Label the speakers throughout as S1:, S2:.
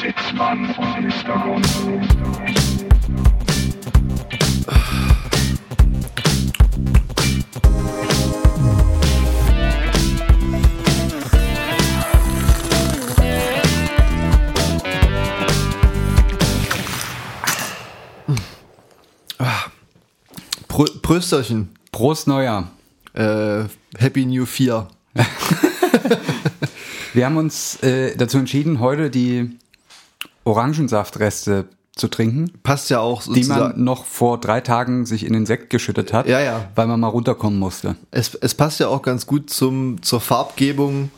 S1: Sitzmann vom Hintergrund.
S2: Prö Prösterchen.
S3: Prost Neujahr.
S2: Äh, Happy New 4.
S3: Wir haben uns äh, dazu entschieden, heute die Orangensaftreste zu trinken,
S2: Passt ja auch
S3: die man
S2: sozusagen.
S3: noch vor drei Tagen sich in den Sekt geschüttet hat,
S2: Ja, ja.
S3: weil man mal runterkommen musste.
S2: Es, es passt ja auch ganz gut zum, zur Farbgebung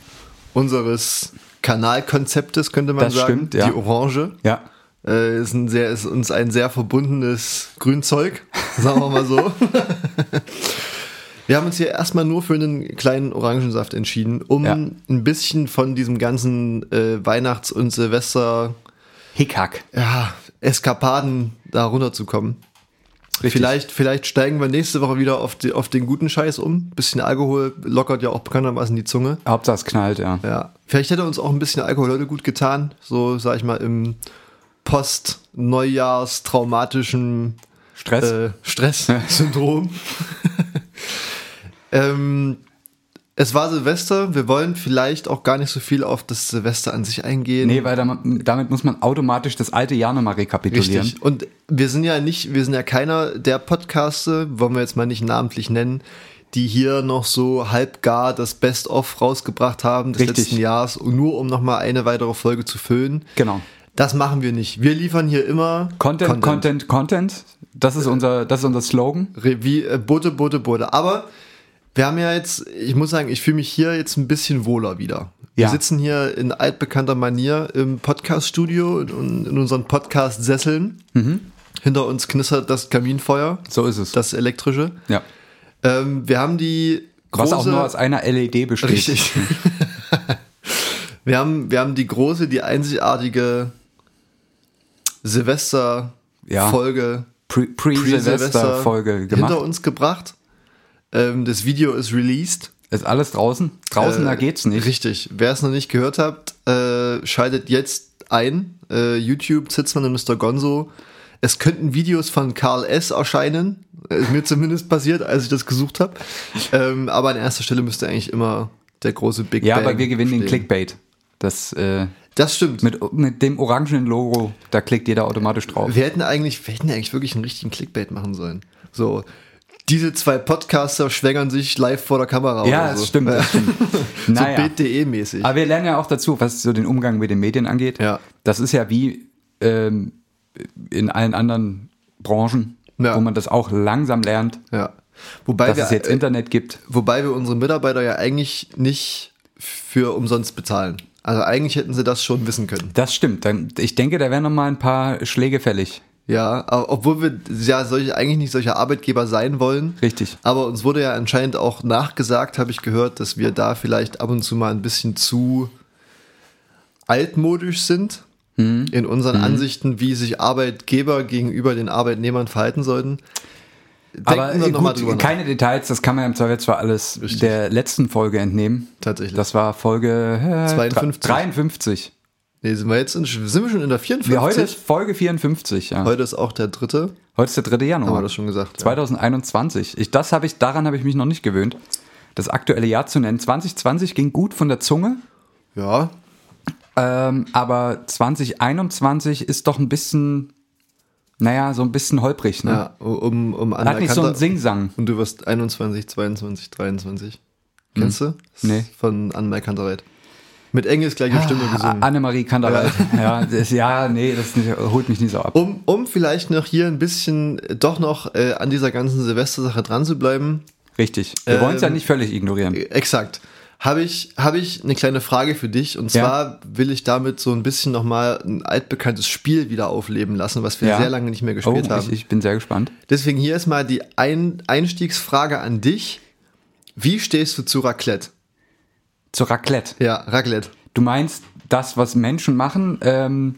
S2: unseres Kanalkonzeptes, könnte man
S3: Das
S2: sagen.
S3: stimmt, ja.
S2: Die Orange.
S3: Ja.
S2: Äh, ist, ein sehr, ist uns ein sehr verbundenes Grünzeug, sagen wir mal so. Wir haben uns hier erstmal nur für einen kleinen Orangensaft entschieden, um
S3: Ja.
S2: ein bisschen von diesem ganzen äh, Weihnachts- und Silvester-
S3: Hickhack.
S2: ja, Eskapaden da runterzukommen.
S3: Richtig.
S2: Vielleicht, vielleicht steigen wir nächste Woche wieder auf, die, auf den guten Scheiß um. bisschen Alkohol lockert ja auch bekanntermaßen die Zunge.
S3: Hauptsache es knallt, ja.
S2: Ja. Vielleicht hätte uns auch ein bisschen Alkohol heute gut getan. So, sag ich mal, im post-Neujahrs-traumatischen
S3: Stress.
S2: äh, Stress-Syndrom. ähm, es war Silvester. Wir wollen vielleicht auch gar nicht so viel auf das Silvester an sich eingehen.
S3: nee, weil da, damit muss man automatisch das alte Jahr nochmal rekapitulieren.
S2: Richtig. Und wir sind ja nicht, wir sind ja keiner der Podcaste, wollen wir jetzt mal nicht namentlich nennen, die hier noch so halbgar das Best-of rausgebracht haben des
S3: Richtig.
S2: letzten Jahres, nur um nochmal eine weitere Folge zu füllen.
S3: Genau.
S2: Das machen wir nicht. Wir liefern hier immer
S3: Content, Content, Content. Das
S2: Äh.
S3: ist unser, das ist unser Slogan.
S2: Re- Wie äh, Bote, Bote, Bote. Aber wir haben ja jetzt, ich muss sagen, ich fühle mich hier jetzt ein bisschen wohler wieder. Wir
S3: Ja.
S2: sitzen hier in altbekannter Manier im Podcast-Studio und in unseren Podcast-Sesseln.
S3: Mhm.
S2: Hinter uns knistert das Kaminfeuer,
S3: So ist es.
S2: das elektrische.
S3: ja.
S2: Ähm, wir haben die
S3: Was
S2: große,
S3: auch nur aus einer LED besteht.
S2: richtig. wir, haben, wir haben die große, die einzigartige
S3: Ja.
S2: Silvester-Folge
S3: Pre- Pre-Silvester-Folge gemacht.
S2: hinter uns gebracht. Ähm, das Video ist released.
S3: Ist alles draußen? Draußen, da
S2: Äh,
S3: geht's nicht.
S2: Richtig. Wer es noch nicht gehört habt, äh, schaltet jetzt ein. Äh, YouTube, Zitzmann und Mr. Gonzo. Es könnten Videos von Karl S. erscheinen. Äh, Ist mir zumindest passiert, als ich das gesucht habe. Ähm, aber an erster Stelle müsste eigentlich immer der große Big
S3: Ja,
S2: Bang
S3: aber wir gewinnen den
S2: stehen.
S3: Clickbait. Das, äh,
S2: Das stimmt.
S3: mit, mit dem orangenen Logo, da klickt jeder automatisch drauf.
S2: wir hätten eigentlich, wir hätten eigentlich wirklich einen richtigen Clickbait machen sollen. So, diese zwei Podcaster schwängern sich live vor der Kamera.
S3: Ja,
S2: oder so. Äh,
S3: das stimmt, das stimmt.
S2: So
S3: Naja. Ah.
S2: BTE-mäßig.
S3: Aber wir lernen ja auch dazu, was so den Umgang mit den Medien angeht.
S2: Ja.
S3: Das ist ja wie ähm, in allen anderen Branchen,
S2: Ja.
S3: wo man das auch langsam lernt,
S2: Ja. Wobei
S3: dass
S2: wir,
S3: es jetzt
S2: äh,
S3: Internet gibt.
S2: wobei wir unsere Mitarbeiter ja eigentlich nicht für umsonst bezahlen. Also eigentlich hätten sie das schon wissen können.
S3: Das stimmt. Dann, ich denke, da wären noch mal ein paar Schläge fällig.
S2: Ja, aber obwohl wir ja solche, eigentlich nicht solche Arbeitgeber sein wollen.
S3: Richtig.
S2: Aber uns wurde ja anscheinend auch nachgesagt, habe ich gehört, dass wir da vielleicht ab und zu mal ein bisschen zu altmodisch sind
S3: Hm.
S2: in unseren Ansichten, wie sich Arbeitgeber gegenüber den Arbeitnehmern verhalten sollten. Denken
S3: Aber
S2: wir
S3: äh,
S2: nochmal
S3: gut,
S2: drüber nach.
S3: keine Details, das kann man ja im Zweifelsfall alles
S2: Richtig.
S3: der letzten Folge entnehmen.
S2: Tatsächlich.
S3: Das war Folge äh,
S2: 52.
S3: 53.
S2: Nee, sind wir jetzt in, sind wir schon in der 54?
S3: Wir, heute ist Folge 54, ja.
S2: Heute ist auch der dritte,
S3: Heute ist der 3. Januar.
S2: haben wir das schon gesagt. Ja.
S3: 2021. Ich, das habe ich, daran habe ich mich noch nicht gewöhnt, das aktuelle Jahr zu nennen. 2020 ging gut von der Zunge,
S2: ja,
S3: ähm, aber 2021 ist doch ein bisschen, naja, so ein bisschen holprig, ne?
S2: ja, um, um
S3: Hat nicht so einen
S2: anerkannter.
S3: Singsang.
S2: und du wirst 21, 22, 23. Kennst du? Das
S3: Hm. Nee. Ah,
S2: ist Von Anmerkantereit. Mit Engels gleiche Stimme gesungen.
S3: Annemarie Kanderwald. Ja, das ist, ja nee, das ist nicht, holt mich nicht so ab.
S2: Um, um vielleicht noch hier ein bisschen äh, doch noch äh, an dieser ganzen Silvester-Sache dran zu bleiben,
S3: Richtig. Wir wollen es
S2: Ähm,
S3: ja nicht völlig
S2: äh,
S3: ignorieren.
S2: Exakt. Habe ich, habe ich eine kleine Frage für dich. Und
S3: Ja.
S2: zwar will ich damit so ein bisschen nochmal ein altbekanntes Spiel wieder aufleben lassen, was wir
S3: Ja.
S2: sehr lange nicht mehr gespielt
S3: oh,
S2: haben.
S3: Ich, ich bin sehr gespannt.
S2: Deswegen hier erstmal die ein Einstiegsfrage an dich. Wie stehst du zu Raclette?
S3: Zu Raclette.
S2: Ja, Raclette.
S3: Du meinst das, was Menschen machen, ähm,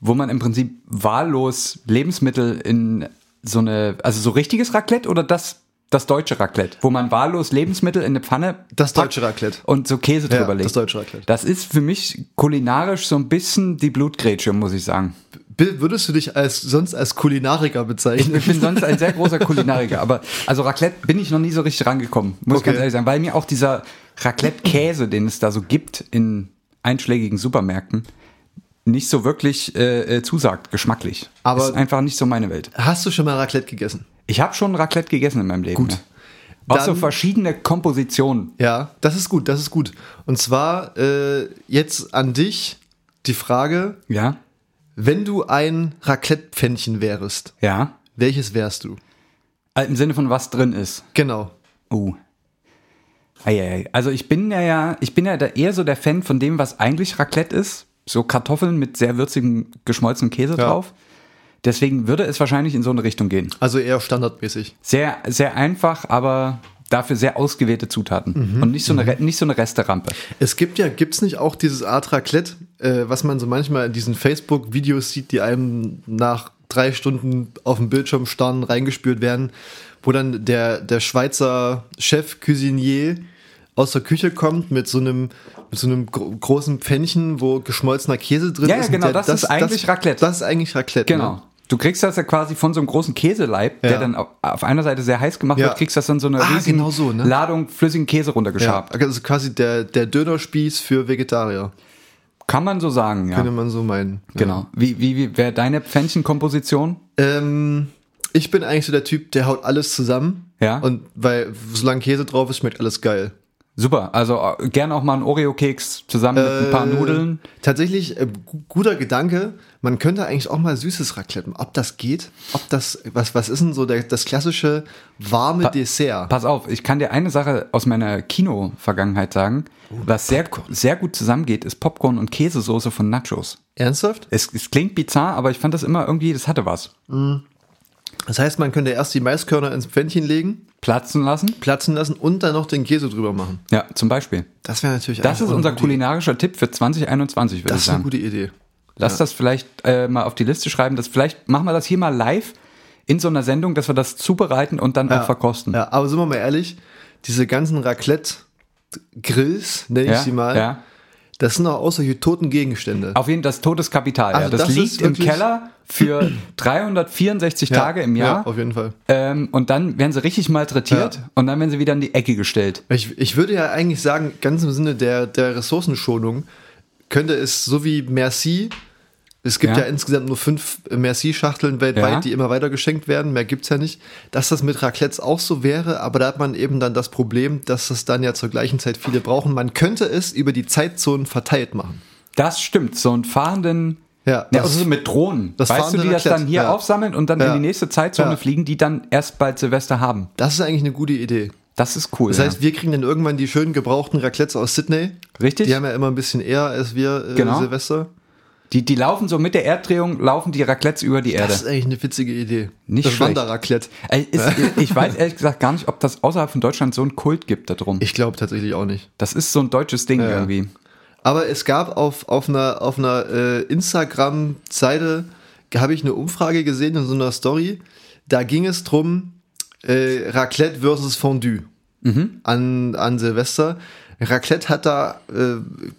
S3: wo man im Prinzip wahllos Lebensmittel in so eine, also so richtiges Raclette oder das das deutsche Raclette, wo man wahllos Lebensmittel in eine Pfanne
S2: Das
S3: packt
S2: deutsche Raclette.
S3: und so Käse
S2: Ja,
S3: drüber legt.
S2: das deutsche Raclette.
S3: Das ist für mich kulinarisch so ein bisschen die Blutgrätsche, muss ich sagen.
S2: Bill, Würdest du dich als sonst als Kulinariker bezeichnen?
S3: Ich bin sonst ein sehr großer Kulinariker, aber also Raclette bin ich noch nie so richtig rangekommen, muss ich
S2: Okay.
S3: ganz ehrlich sagen, weil mir auch dieser Raclette-Käse, den es da so gibt in einschlägigen Supermärkten, nicht so wirklich äh, äh, zusagt, geschmacklich.
S2: Aber-
S3: ist einfach nicht so meine Welt.
S2: Hast du schon mal Raclette gegessen?
S3: Ich habe schon Raclette gegessen in meinem Leben.
S2: Gut.
S3: Ja. Auch so
S2: Dann-
S3: verschiedene Kompositionen.
S2: Ja, das ist gut, das ist gut. Und zwar äh, jetzt an dich die Frage,
S3: Ja,
S2: wenn du ein Raclette-Pfännchen wärest,
S3: ja.
S2: welches wärst du?
S3: Äh, Im Sinne von was drin ist.
S2: Genau.
S3: Uh. Eieiei. Also ich bin ja, ja, ich bin ja da eher so der Fan von dem, was eigentlich Raclette ist. So Kartoffeln mit sehr würzigem geschmolzenem Käse
S2: Ja.
S3: drauf. Deswegen würde es wahrscheinlich in so eine Richtung gehen.
S2: Also eher standardmäßig.
S3: Sehr, sehr einfach, aber dafür sehr ausgewählte Zutaten. Und nicht so eine, Re- nicht so eine Resterampe.
S2: Es gibt Mhm. ja, gibt's nicht auch dieses Art Raclette, äh, was man so manchmal in diesen Facebook-Videos sieht, die einem nach drei Stunden auf dem Bildschirm starren, reingespült werden, wo dann der, der Schweizer Chef Cuisinier aus der Küche kommt mit so einem, mit so einem gro großen Pfännchen, wo geschmolzener Käse drin
S3: Ja, ja,
S2: ist. und
S3: genau, das ist eigentlich
S2: das,
S3: Raclette.
S2: Das ist eigentlich Raclette.
S3: Genau.
S2: Ne?
S3: Du kriegst das ja quasi von so einem großen Käseleib, der
S2: Ja.
S3: dann auf- auf einer Seite sehr heiß gemacht
S2: Ja.
S3: wird, kriegst das dann so eine
S2: Ah,
S3: riesige
S2: genau so, ne?
S3: Ladung flüssigen Käse
S2: Ja,
S3: runtergeschabt.
S2: also quasi der, der Dönerspieß für Vegetarier,
S3: Kann man so sagen, ja.
S2: könnte man so meinen. Ja.
S3: Genau. Wie, wie, wie wäre deine Pfännchenkomposition?
S2: Ähm, ich bin eigentlich so der Typ, der haut alles zusammen.
S3: Ja.
S2: Und weil, solange Käse drauf ist, schmeckt alles geil.
S3: Super, also äh, gern auch mal einen Oreo-Keks zusammen mit ein paar
S2: Äh,
S3: Nudeln.
S2: Tatsächlich, äh, gu- guter Gedanke. Man könnte eigentlich auch mal süßes Raclette machen. Ob das geht? Ob das, was, was ist denn so der, das klassische warme Dessert?
S3: Pass auf, ich kann dir eine Sache aus meiner Kino-Vergangenheit sagen,
S2: Oh,
S3: was sehr, sehr gut zusammengeht, ist Popcorn und Käsesoße von Nachos.
S2: Ernsthaft?
S3: Es, es klingt bizarr, aber ich fand das immer irgendwie, das hatte was.
S2: Das heißt, man könnte erst die Maiskörner ins Pfännchen legen,
S3: Platzen lassen?
S2: platzen lassen und dann noch den Käse drüber machen.
S3: Ja, zum Beispiel.
S2: Das wäre natürlich
S3: Das
S2: eigentlich
S3: ist
S2: auch
S3: unser
S2: eine gute Idee.
S3: kulinarischer Tipp für 2021, würde
S2: Das
S3: ich
S2: ist eine
S3: sagen.
S2: gute Idee.
S3: Lass das vielleicht äh, mal auf die Liste schreiben. Das vielleicht machen wir das hier mal live in so einer Sendung, dass wir das zubereiten und dann auch verkosten.
S2: Ja, aber sind wir mal ehrlich, diese ganzen Raclette-Grills, nenne ich
S3: Ja,
S2: sie mal,
S3: ja.
S2: das sind auch außerhalb toten Gegenstände.
S3: Auf jeden Fall das Todeskapital. ja.
S2: Also
S3: Das,
S2: das
S3: liegt
S2: ist
S3: im
S2: wirklich-
S3: Keller für 364 Tage im
S2: Ja,
S3: Jahr.
S2: auf jeden Fall.
S3: ähm, und dann werden sie richtig malträtiert
S2: Ja.
S3: und dann werden sie wieder in die Ecke gestellt.
S2: Ich, ich würde ja eigentlich sagen, ganz im Sinne der, der Ressourcenschonung könnte es so wie Merci, es gibt
S3: Ja.
S2: ja, insgesamt nur fünf Merci-Schachteln weltweit,
S3: Ja.
S2: die immer weiter geschenkt werden, mehr gibt's ja nicht, dass das mit Raclettes auch so wäre, aber da hat man eben dann das Problem, dass das dann ja zur gleichen Zeit viele brauchen. Man könnte es über die Zeitzonen verteilt machen.
S3: Das stimmt. So einen fahrenden.
S2: Ja,
S3: Ne,
S2: das-
S3: also so mit Drohnen.
S2: das
S3: weißt du, die
S2: fahrende
S3: das dann
S2: Raclette,
S3: hier
S2: ja.
S3: aufsammeln und dann
S2: Ja.
S3: in die nächste Zeitzone
S2: Ja.
S3: fliegen, die dann erst bald Silvester haben.
S2: Das ist eigentlich eine gute Idee.
S3: Das ist cool.
S2: Das heißt, wir kriegen dann irgendwann die schön gebrauchten Raclettes aus Sydney.
S3: Richtig.
S2: Die haben ja immer ein bisschen eher als wir äh,
S3: Genau.
S2: Silvester.
S3: ja. die, die laufen so mit der Erddrehung, laufen die Raclettes über die Erde.
S2: Das ist eigentlich eine witzige Idee.
S3: Nicht
S2: das
S3: schlecht.
S2: Wanderraclette.
S3: Ey, ist, ich weiß ehrlich gesagt gar nicht, ob das außerhalb von Deutschland so einen Kult gibt darum.
S2: Ich glaube tatsächlich auch nicht.
S3: Das ist so ein deutsches Ding irgendwie.
S2: Aber es gab auf, auf einer, auf einer äh, Instagram-Seite, habe ich eine Umfrage gesehen in so einer Story. Da ging es drum, äh, Raclette versus Fondue
S3: Mhm.
S2: an, an Silvester. Raclette hat da äh,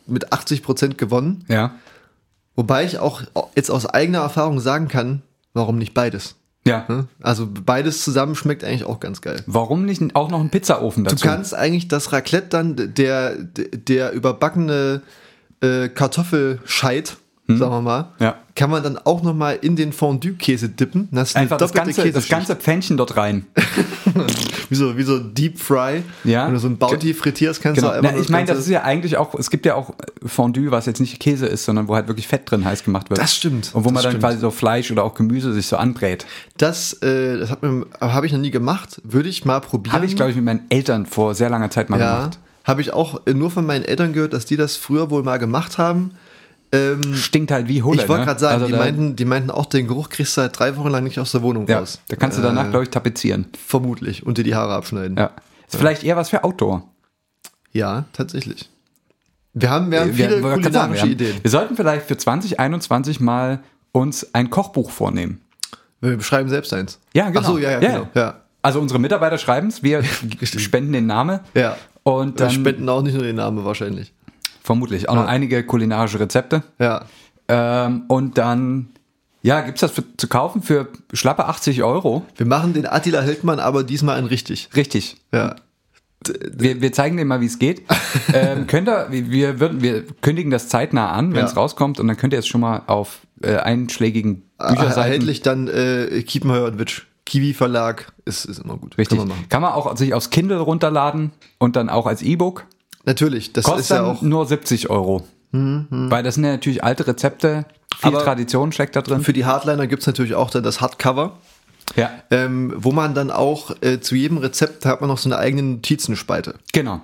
S2: mit 80% gewonnen.
S3: Ja.
S2: Wobei ich auch jetzt aus eigener Erfahrung sagen kann, warum nicht beides?
S3: Ja.
S2: Ne? Also beides zusammen schmeckt eigentlich auch ganz geil.
S3: Warum nicht auch noch einen Pizzaofen dazu?
S2: Du kannst eigentlich das Raclette dann, der, der überbackene äh, Kartoffelscheit, sagen wir mal,
S3: Hm? Ja.
S2: kann man dann auch nochmal in den Fondue-Käse dippen. Dann hast du eine
S3: Einfach das
S2: doppelte
S3: ganze, das
S2: Käseschicht.
S3: ganze Pfännchen dort rein.
S2: Wie so, wie so Deep Fry.
S3: Ja.
S2: Wenn du so ein Bounty frittierst, kannst
S3: Genau.
S2: du einfach
S3: Na, ich meine, das ist ja eigentlich auch, es gibt ja auch Fondue, was jetzt nicht Käse ist, sondern wo halt wirklich Fett drin heiß gemacht wird.
S2: Das stimmt,
S3: Und wo man
S2: das
S3: dann
S2: stimmt.
S3: quasi so Fleisch oder auch Gemüse sich so anbrät.
S2: das, äh, das hat mir- habe ich noch nie gemacht. Würde ich mal probieren.
S3: Habe ich, glaube ich, mit meinen Eltern vor sehr langer Zeit mal
S2: Ähm, Ja,
S3: gemacht.
S2: habe ich auch äh, nur von meinen Eltern gehört, dass die das früher wohl mal gemacht haben. Ähm,
S3: Stinkt halt wie Hulle.
S2: ich wollte
S3: ne?
S2: gerade sagen,
S3: Also
S2: die,
S3: da,
S2: meinten, die meinten auch, den Geruch kriegst du halt drei Wochen lang nicht aus der Wohnung
S3: ja,
S2: raus.
S3: da kannst du
S2: Äh.
S3: danach, glaube ich, tapezieren.
S2: Vermutlich. Und dir die Haare abschneiden.
S3: Ja. Ist
S2: Äh.
S3: vielleicht eher was für Outdoor.
S2: Ja, tatsächlich. Wir haben, wir haben
S3: Wir-
S2: viele
S3: wir-
S2: kulinarische
S3: sagen, wir haben-
S2: Ideen.
S3: Wir sollten vielleicht für 2021 mal uns ein Kochbuch vornehmen.
S2: Wir beschreiben selbst eins.
S3: Ja, genau.
S2: Ach so, ja, ja,
S3: Ja.
S2: genau. Ja.
S3: Also unsere Mitarbeiter schreiben es, wir spenden den Namen.
S2: Ja.
S3: Und dann
S2: Wir spenden auch nicht nur den Namen wahrscheinlich.
S3: vermutlich auch noch einige kulinarische Rezepte.
S2: Ja.
S3: Ähm, und dann, ja, gibt's das für, zu kaufen für schlappe 80 Euro?
S2: Wir machen den Attila Hildmann aber diesmal in richtig.
S3: Richtig.
S2: Ja.
S3: Wir, wir zeigen denen mal, wie es geht. ähm, könnt ihr, wir, wir würden, wir kündigen das zeitnah an, wenn es
S2: Ja.
S3: rauskommt. Und dann könnt ihr es schon mal auf äh, einschlägigen Bücherseiten.
S2: Ah, Äh, Erhältlich dann äh, Kiepenheuer und Witsch. Kiwi Verlag ist, ist immer gut.
S3: Richtig.
S2: Kann man
S3: Kann
S2: machen.
S3: man, auch sich aufs Kindle runterladen und dann auch als E-Book.
S2: Natürlich, das
S3: Kostet
S2: ist ja
S3: dann
S2: auch
S3: nur 70 Euro. Weil das sind ja natürlich alte Rezepte. Viel
S2: Aber
S3: Tradition steckt da drin.
S2: für die Hardliner gibt es natürlich auch dann das Hardcover,
S3: Ja,
S2: ähm, wo man dann auch äh, zu jedem Rezept hat man noch so eine eigene Notizenspalte.
S3: genau.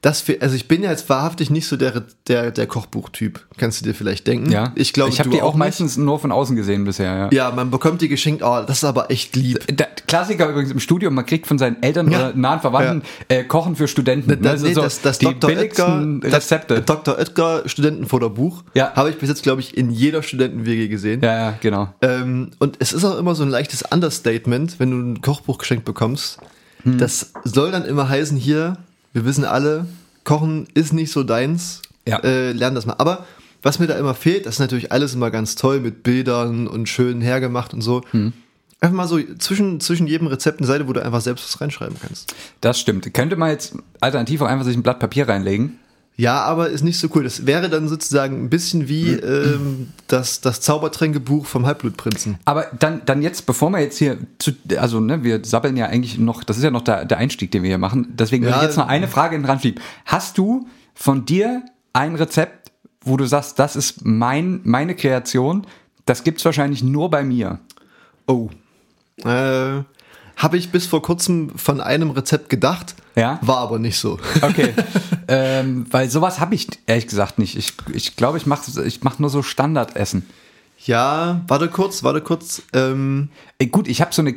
S2: Das für, also ich bin ja jetzt wahrhaftig nicht so der, der, der Kochbuchtyp, kannst du dir vielleicht denken.
S3: Ja.
S2: Ich glaube,
S3: ich habe
S2: du
S3: die auch,
S2: nicht.
S3: meistens nur von außen gesehen bisher. Ja.
S2: Ja, man bekommt die geschenkt, oh, das ist aber echt lieb.
S3: Da, Klassiker übrigens im Studium, man kriegt von seinen Eltern
S2: Ja.
S3: oder nahen Verwandten äh, Kochen für Studenten. ne?
S2: nee, das, das
S3: die
S2: Dr. Edgar,
S3: billigsten
S2: das
S3: Rezepte.
S2: Dr. Edgar Studentenfutterbuch
S3: Ja.
S2: habe ich bis jetzt, glaube ich, in jeder Studentenwege gesehen.
S3: Ja, ja, genau.
S2: Ähm, und es ist auch immer so ein leichtes Understatement, wenn du ein Kochbuch geschenkt bekommst. Das soll dann immer heißen, hier, wir wissen alle, Kochen ist nicht so deins,
S3: Ja.
S2: äh, lern das mal. Aber was mir da immer fehlt, das ist natürlich alles immer ganz toll mit Bildern und schön hergemacht und so. Einfach mal so zwischen, zwischen jedem Rezept eine Seite, wo du einfach selbst was reinschreiben kannst.
S3: Das stimmt. Könnte man jetzt alternativ auch einfach sich ein Blatt Papier reinlegen.
S2: Ja, aber ist nicht so cool. Das wäre dann sozusagen ein bisschen wie ähm, das, das Zaubertränkebuch vom Halbblutprinzen.
S3: Aber dann, dann jetzt, bevor wir jetzt hier, zu, also ne, wir sabbeln ja eigentlich noch, das ist ja noch der, der Einstieg, den wir hier machen. Deswegen will
S2: Ja.
S3: ich jetzt noch eine Frage in den Rand schieben. Hast du von dir ein Rezept, wo du sagst, das ist mein, meine Kreation, das gibt's wahrscheinlich nur bei mir?
S2: Oh. Äh, Habe ich bis vor kurzem von einem Rezept gedacht,
S3: Ja.
S2: war aber nicht so.
S3: Okay, ähm, weil sowas habe ich ehrlich gesagt nicht. Ich glaube, ich, glaube, ich mache ich mach nur so Standardessen.
S2: ja, warte kurz, warte kurz. Ähm,
S3: Äh, Gut, ich habe so eine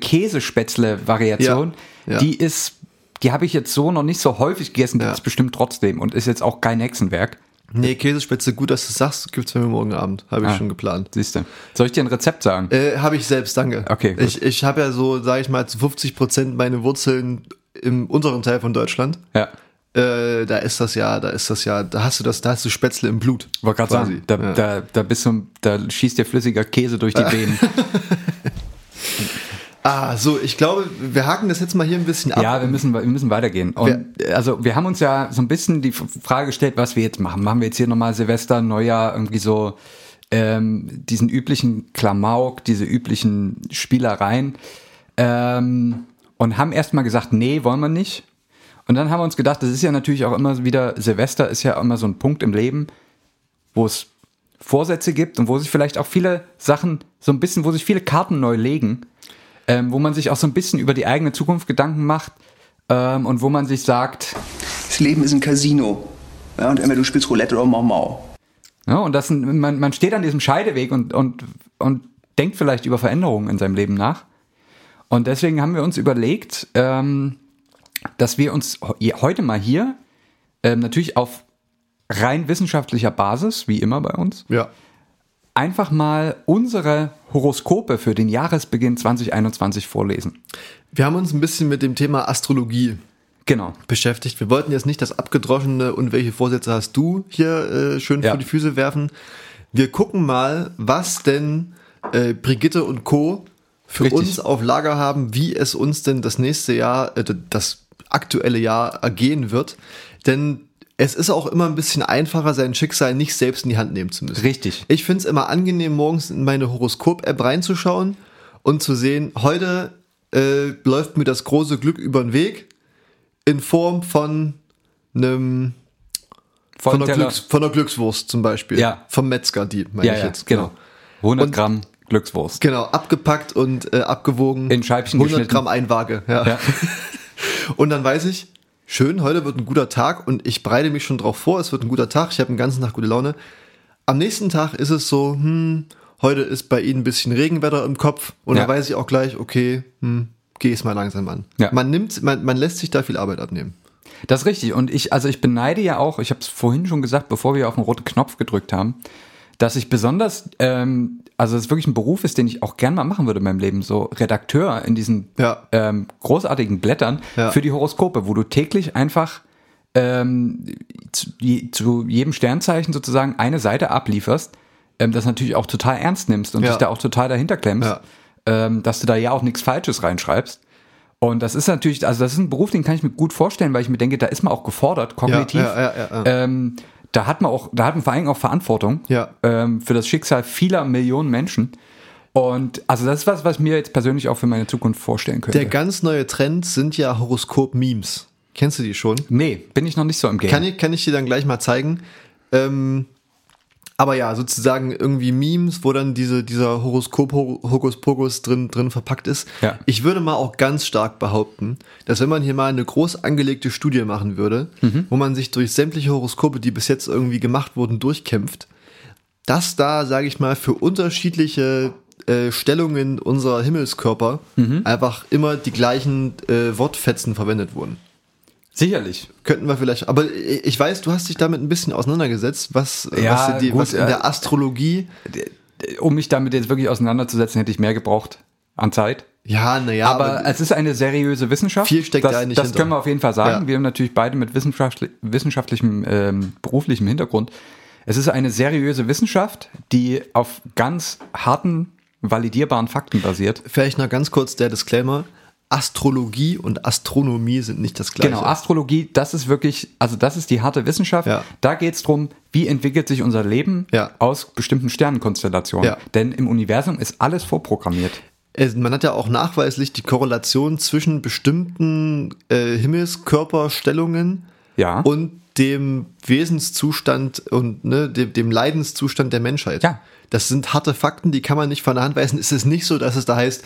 S3: Käsespätzle-Variation.
S2: Ja, ja.
S3: Die ist, die habe ich jetzt so noch nicht so häufig gegessen, die
S2: Ja.
S3: ist bestimmt trotzdem und ist jetzt auch kein Hexenwerk.
S2: nee, Käsespätzle, gut, dass du sagst, gibt's mir morgen Abend. Habe ich
S3: Ah.
S2: schon geplant.
S3: Siehst du? Soll ich dir ein Rezept sagen?
S2: Äh, habe ich selbst, danke.
S3: Okay, gut.
S2: Ich, ich habe ja so, sage ich mal, zu 50 Prozent meine Wurzeln im unteren Teil von Deutschland.
S3: ja.
S2: Äh, da ist das ja, da ist das ja, da hast du das, da hast du Spätzle im Blut.
S3: Wollte gerade
S2: quasi.
S3: sagen, da,
S2: ja.
S3: da, da, bist du, da schießt dir flüssiger Käse durch die Venen.
S2: Ah, so, ich glaube, wir haken das jetzt mal hier ein bisschen ab.
S3: Ja, wir müssen, wir müssen weitergehen. Und äh, also wir haben uns ja so ein bisschen die F- Frage gestellt, was wir jetzt machen. Machen wir jetzt hier nochmal Silvester, Neujahr, irgendwie so ähm, diesen üblichen Klamauk, diese üblichen Spielereien. Ähm, und haben erstmal gesagt, nee, wollen wir nicht. Und dann haben wir uns gedacht, das ist ja natürlich auch immer wieder, Silvester ist ja immer so ein Punkt im Leben, wo es Vorsätze gibt und wo sich vielleicht auch viele Sachen, so ein bisschen, wo sich viele Karten neu legen ähm, wo man sich auch so ein bisschen über die eigene Zukunft Gedanken macht ähm, und wo man sich sagt,
S4: Das Leben ist ein Casino. Ja, und entweder du spielst Roulette oder Mau Mau.
S3: ne, und das sind, man, man steht an diesem Scheideweg und, und, und denkt vielleicht über Veränderungen in seinem Leben nach. Und deswegen haben wir uns überlegt, ähm, dass wir uns he- heute mal hier, ähm, natürlich auf rein wissenschaftlicher Basis, wie immer bei uns,
S2: ja.
S3: einfach mal unsere Horoskope für den Jahresbeginn 2021 vorlesen.
S2: Wir haben uns ein bisschen mit dem Thema Astrologie
S3: Genau.
S2: beschäftigt. Wir wollten jetzt nicht das abgedroschene und welche Vorsätze hast du hier äh, schön
S3: Ja.
S2: vor die Füße werfen. Wir gucken mal, was denn äh, Brigitte und Co. für
S3: Richtig.
S2: uns auf Lager haben, wie es uns denn das nächste Jahr, äh, das aktuelle Jahr ergehen wird. Denn es ist auch immer ein bisschen einfacher, sein Schicksal nicht selbst in die Hand nehmen zu müssen.
S3: Richtig.
S2: Ich finde es immer angenehm, morgens in meine Horoskop-App reinzuschauen und zu sehen, heute äh, läuft mir das große Glück über den Weg in Form von einem von einer,
S3: Vollteller-
S2: Glücks, von einer Glückswurst zum Beispiel.
S3: Ja.
S2: Vom Metzger, die meine
S3: ja,
S2: ich
S3: ja,
S2: jetzt.
S3: genau. 100
S2: Und-
S3: Gramm Glückswurst.
S2: Genau, abgepackt und äh, abgewogen.
S3: In Scheibchen
S2: 100
S3: geschnitten.
S2: Gramm Einwaage. Ja.
S3: Ja.
S2: Und dann weiß ich, schön, heute wird ein guter Tag und ich bereite mich schon drauf vor, es wird ein guter Tag, ich habe den ganzen Tag gute Laune. Am nächsten Tag ist es so, hm, heute ist bei Ihnen ein bisschen Regenwetter im Kopf und
S3: Ja.
S2: dann weiß ich auch gleich, okay, hm, geh es mal langsam an.
S3: Ja.
S2: Man nimmt, man, man lässt sich da viel Arbeit abnehmen.
S3: Das ist richtig. Und ich, also ich beneide ja auch, ich habe es vorhin schon gesagt, bevor wir auf den roten Knopf gedrückt haben, dass ich besonders ähm, also es wirklich ein Beruf ist, den ich auch gern mal machen würde in meinem Leben. So Redakteur in diesen
S2: Ja.
S3: ähm, großartigen Blättern
S2: Ja.
S3: für die Horoskope, wo du täglich einfach ähm, zu, je, zu jedem Sternzeichen sozusagen eine Seite ablieferst, ähm, das natürlich auch total ernst nimmst und
S2: Ja.
S3: dich da auch total dahinter klemmst,
S2: Ja.
S3: ähm, dass du da ja auch nichts Falsches reinschreibst. Und das ist natürlich, also das ist ein Beruf, den kann ich mir gut vorstellen, weil ich mir denke, da ist man auch gefordert, kognitiv.
S2: ja, ja, ja,
S3: Ähm, da hat man auch, da hat man vor allem auch Verantwortung
S2: Ja.
S3: ähm, für das Schicksal vieler Millionen Menschen. Und also das ist was, was ich mir jetzt persönlich auch für meine Zukunft vorstellen könnte.
S2: Der ganz neue Trend sind ja Horoskop-Memes. Kennst du die schon?
S3: nee, bin ich noch nicht so im Game.
S2: Kann ich, kann ich dir dann gleich mal zeigen. Ähm, aber ja, sozusagen irgendwie Memes, wo dann diese, dieser Horoskop-Hokuspokus drin, drin verpackt ist.
S3: Ja.
S2: Ich würde mal auch ganz stark behaupten, dass wenn man hier mal eine groß angelegte Studie machen würde,
S3: Mhm.
S2: wo man sich durch sämtliche Horoskope, die bis jetzt irgendwie gemacht wurden, durchkämpft, dass da, sage ich mal, für unterschiedliche äh, Stellungen unserer Himmelskörper
S3: Mhm.
S2: einfach immer die gleichen äh, Wortfetzen verwendet wurden.
S3: Sicherlich.
S2: Könnten wir vielleicht, aber ich weiß, du hast dich damit ein bisschen auseinandergesetzt, was,
S3: Ja,
S2: was, die,
S3: gut,
S2: was in
S3: äh,
S2: der Astrologie.
S3: Um mich damit jetzt wirklich auseinanderzusetzen, hätte ich mehr gebraucht an Zeit.
S2: Ja, naja,
S3: Aber äh, es ist eine seriöse Wissenschaft.
S2: Viel steckt
S3: das,
S2: da eigentlich
S3: Das
S2: hinter.
S3: können wir auf jeden Fall sagen.
S2: Ja.
S3: Wir haben natürlich beide mit wissenschaftli wissenschaftlichem, ähm, beruflichem Hintergrund. Es ist eine seriöse Wissenschaft, die auf ganz harten, validierbaren Fakten basiert.
S2: vielleicht noch ganz kurz der Disclaimer. Astrologie und Astronomie sind nicht das gleiche.
S3: Genau, Astrologie, das ist wirklich, also das ist die harte Wissenschaft.
S2: Ja.
S3: Da geht es darum, wie entwickelt sich unser Leben
S2: Ja.
S3: aus bestimmten Sternenkonstellationen.
S2: Ja.
S3: Denn im Universum ist alles vorprogrammiert.
S2: Es- Äh, Man hat ja auch nachweislich die Korrelation zwischen bestimmten äh, Himmelskörperstellungen
S3: Ja.
S2: und dem Wesenszustand und ne, dem, dem Leidenszustand der Menschheit.
S3: Ja.
S2: Das sind harte Fakten, die kann man nicht von der Hand weisen. Es ist nicht so, dass es da heißt,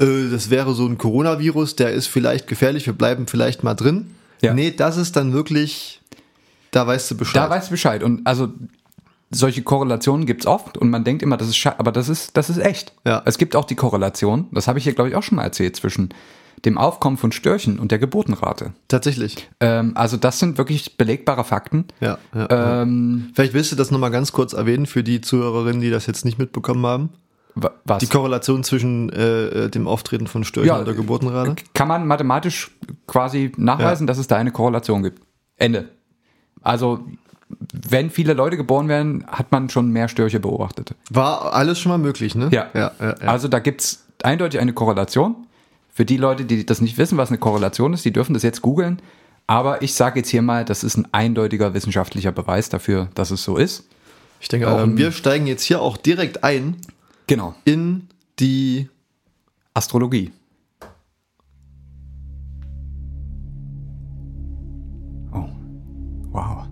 S2: äh, das wäre so ein Coronavirus, der ist vielleicht gefährlich, wir bleiben vielleicht mal drin.
S3: Ja.
S2: Nee, das ist dann wirklich, da weißt du Bescheid.
S3: Da weißt du Bescheid. Und also solche Korrelationen gibt es oft und man denkt immer, das ist scha aber das ist, das ist echt.
S2: Ja.
S3: Es gibt auch die Korrelation, das habe ich hier, glaube ich, auch schon mal erzählt, zwischen dem Aufkommen von Störchen und der Geburtenrate.
S2: Tatsächlich.
S3: Ähm, also das sind wirklich belegbare Fakten.
S2: Ja, ja, ja.
S3: Ähm,
S2: Vielleicht willst du das nochmal ganz kurz erwähnen für die Zuhörerinnen, die das jetzt nicht mitbekommen haben.
S3: wa- was?
S2: Die Korrelation zwischen äh, äh, dem Auftreten von Störchen
S3: Ja,
S2: und der Geburtenrate?
S3: kann man mathematisch quasi nachweisen, dass es da eine Korrelation gibt. Ende. Also, wenn viele Leute geboren werden, hat man schon mehr Störche beobachtet.
S2: War alles schon mal möglich, ne?
S3: Ja.
S2: ja, ja, ja.
S3: Also da gibt es eindeutig eine Korrelation. Für die Leute, die das nicht wissen, was eine Korrelation ist, die dürfen das jetzt googeln. Aber ich sage jetzt hier mal, das ist ein eindeutiger wissenschaftlicher Beweis dafür, dass es so ist.
S2: Ich denke auch, wir steigen jetzt hier auch direkt ein
S3: Genau.
S2: in die.
S3: Astrologie. Oh. Wow.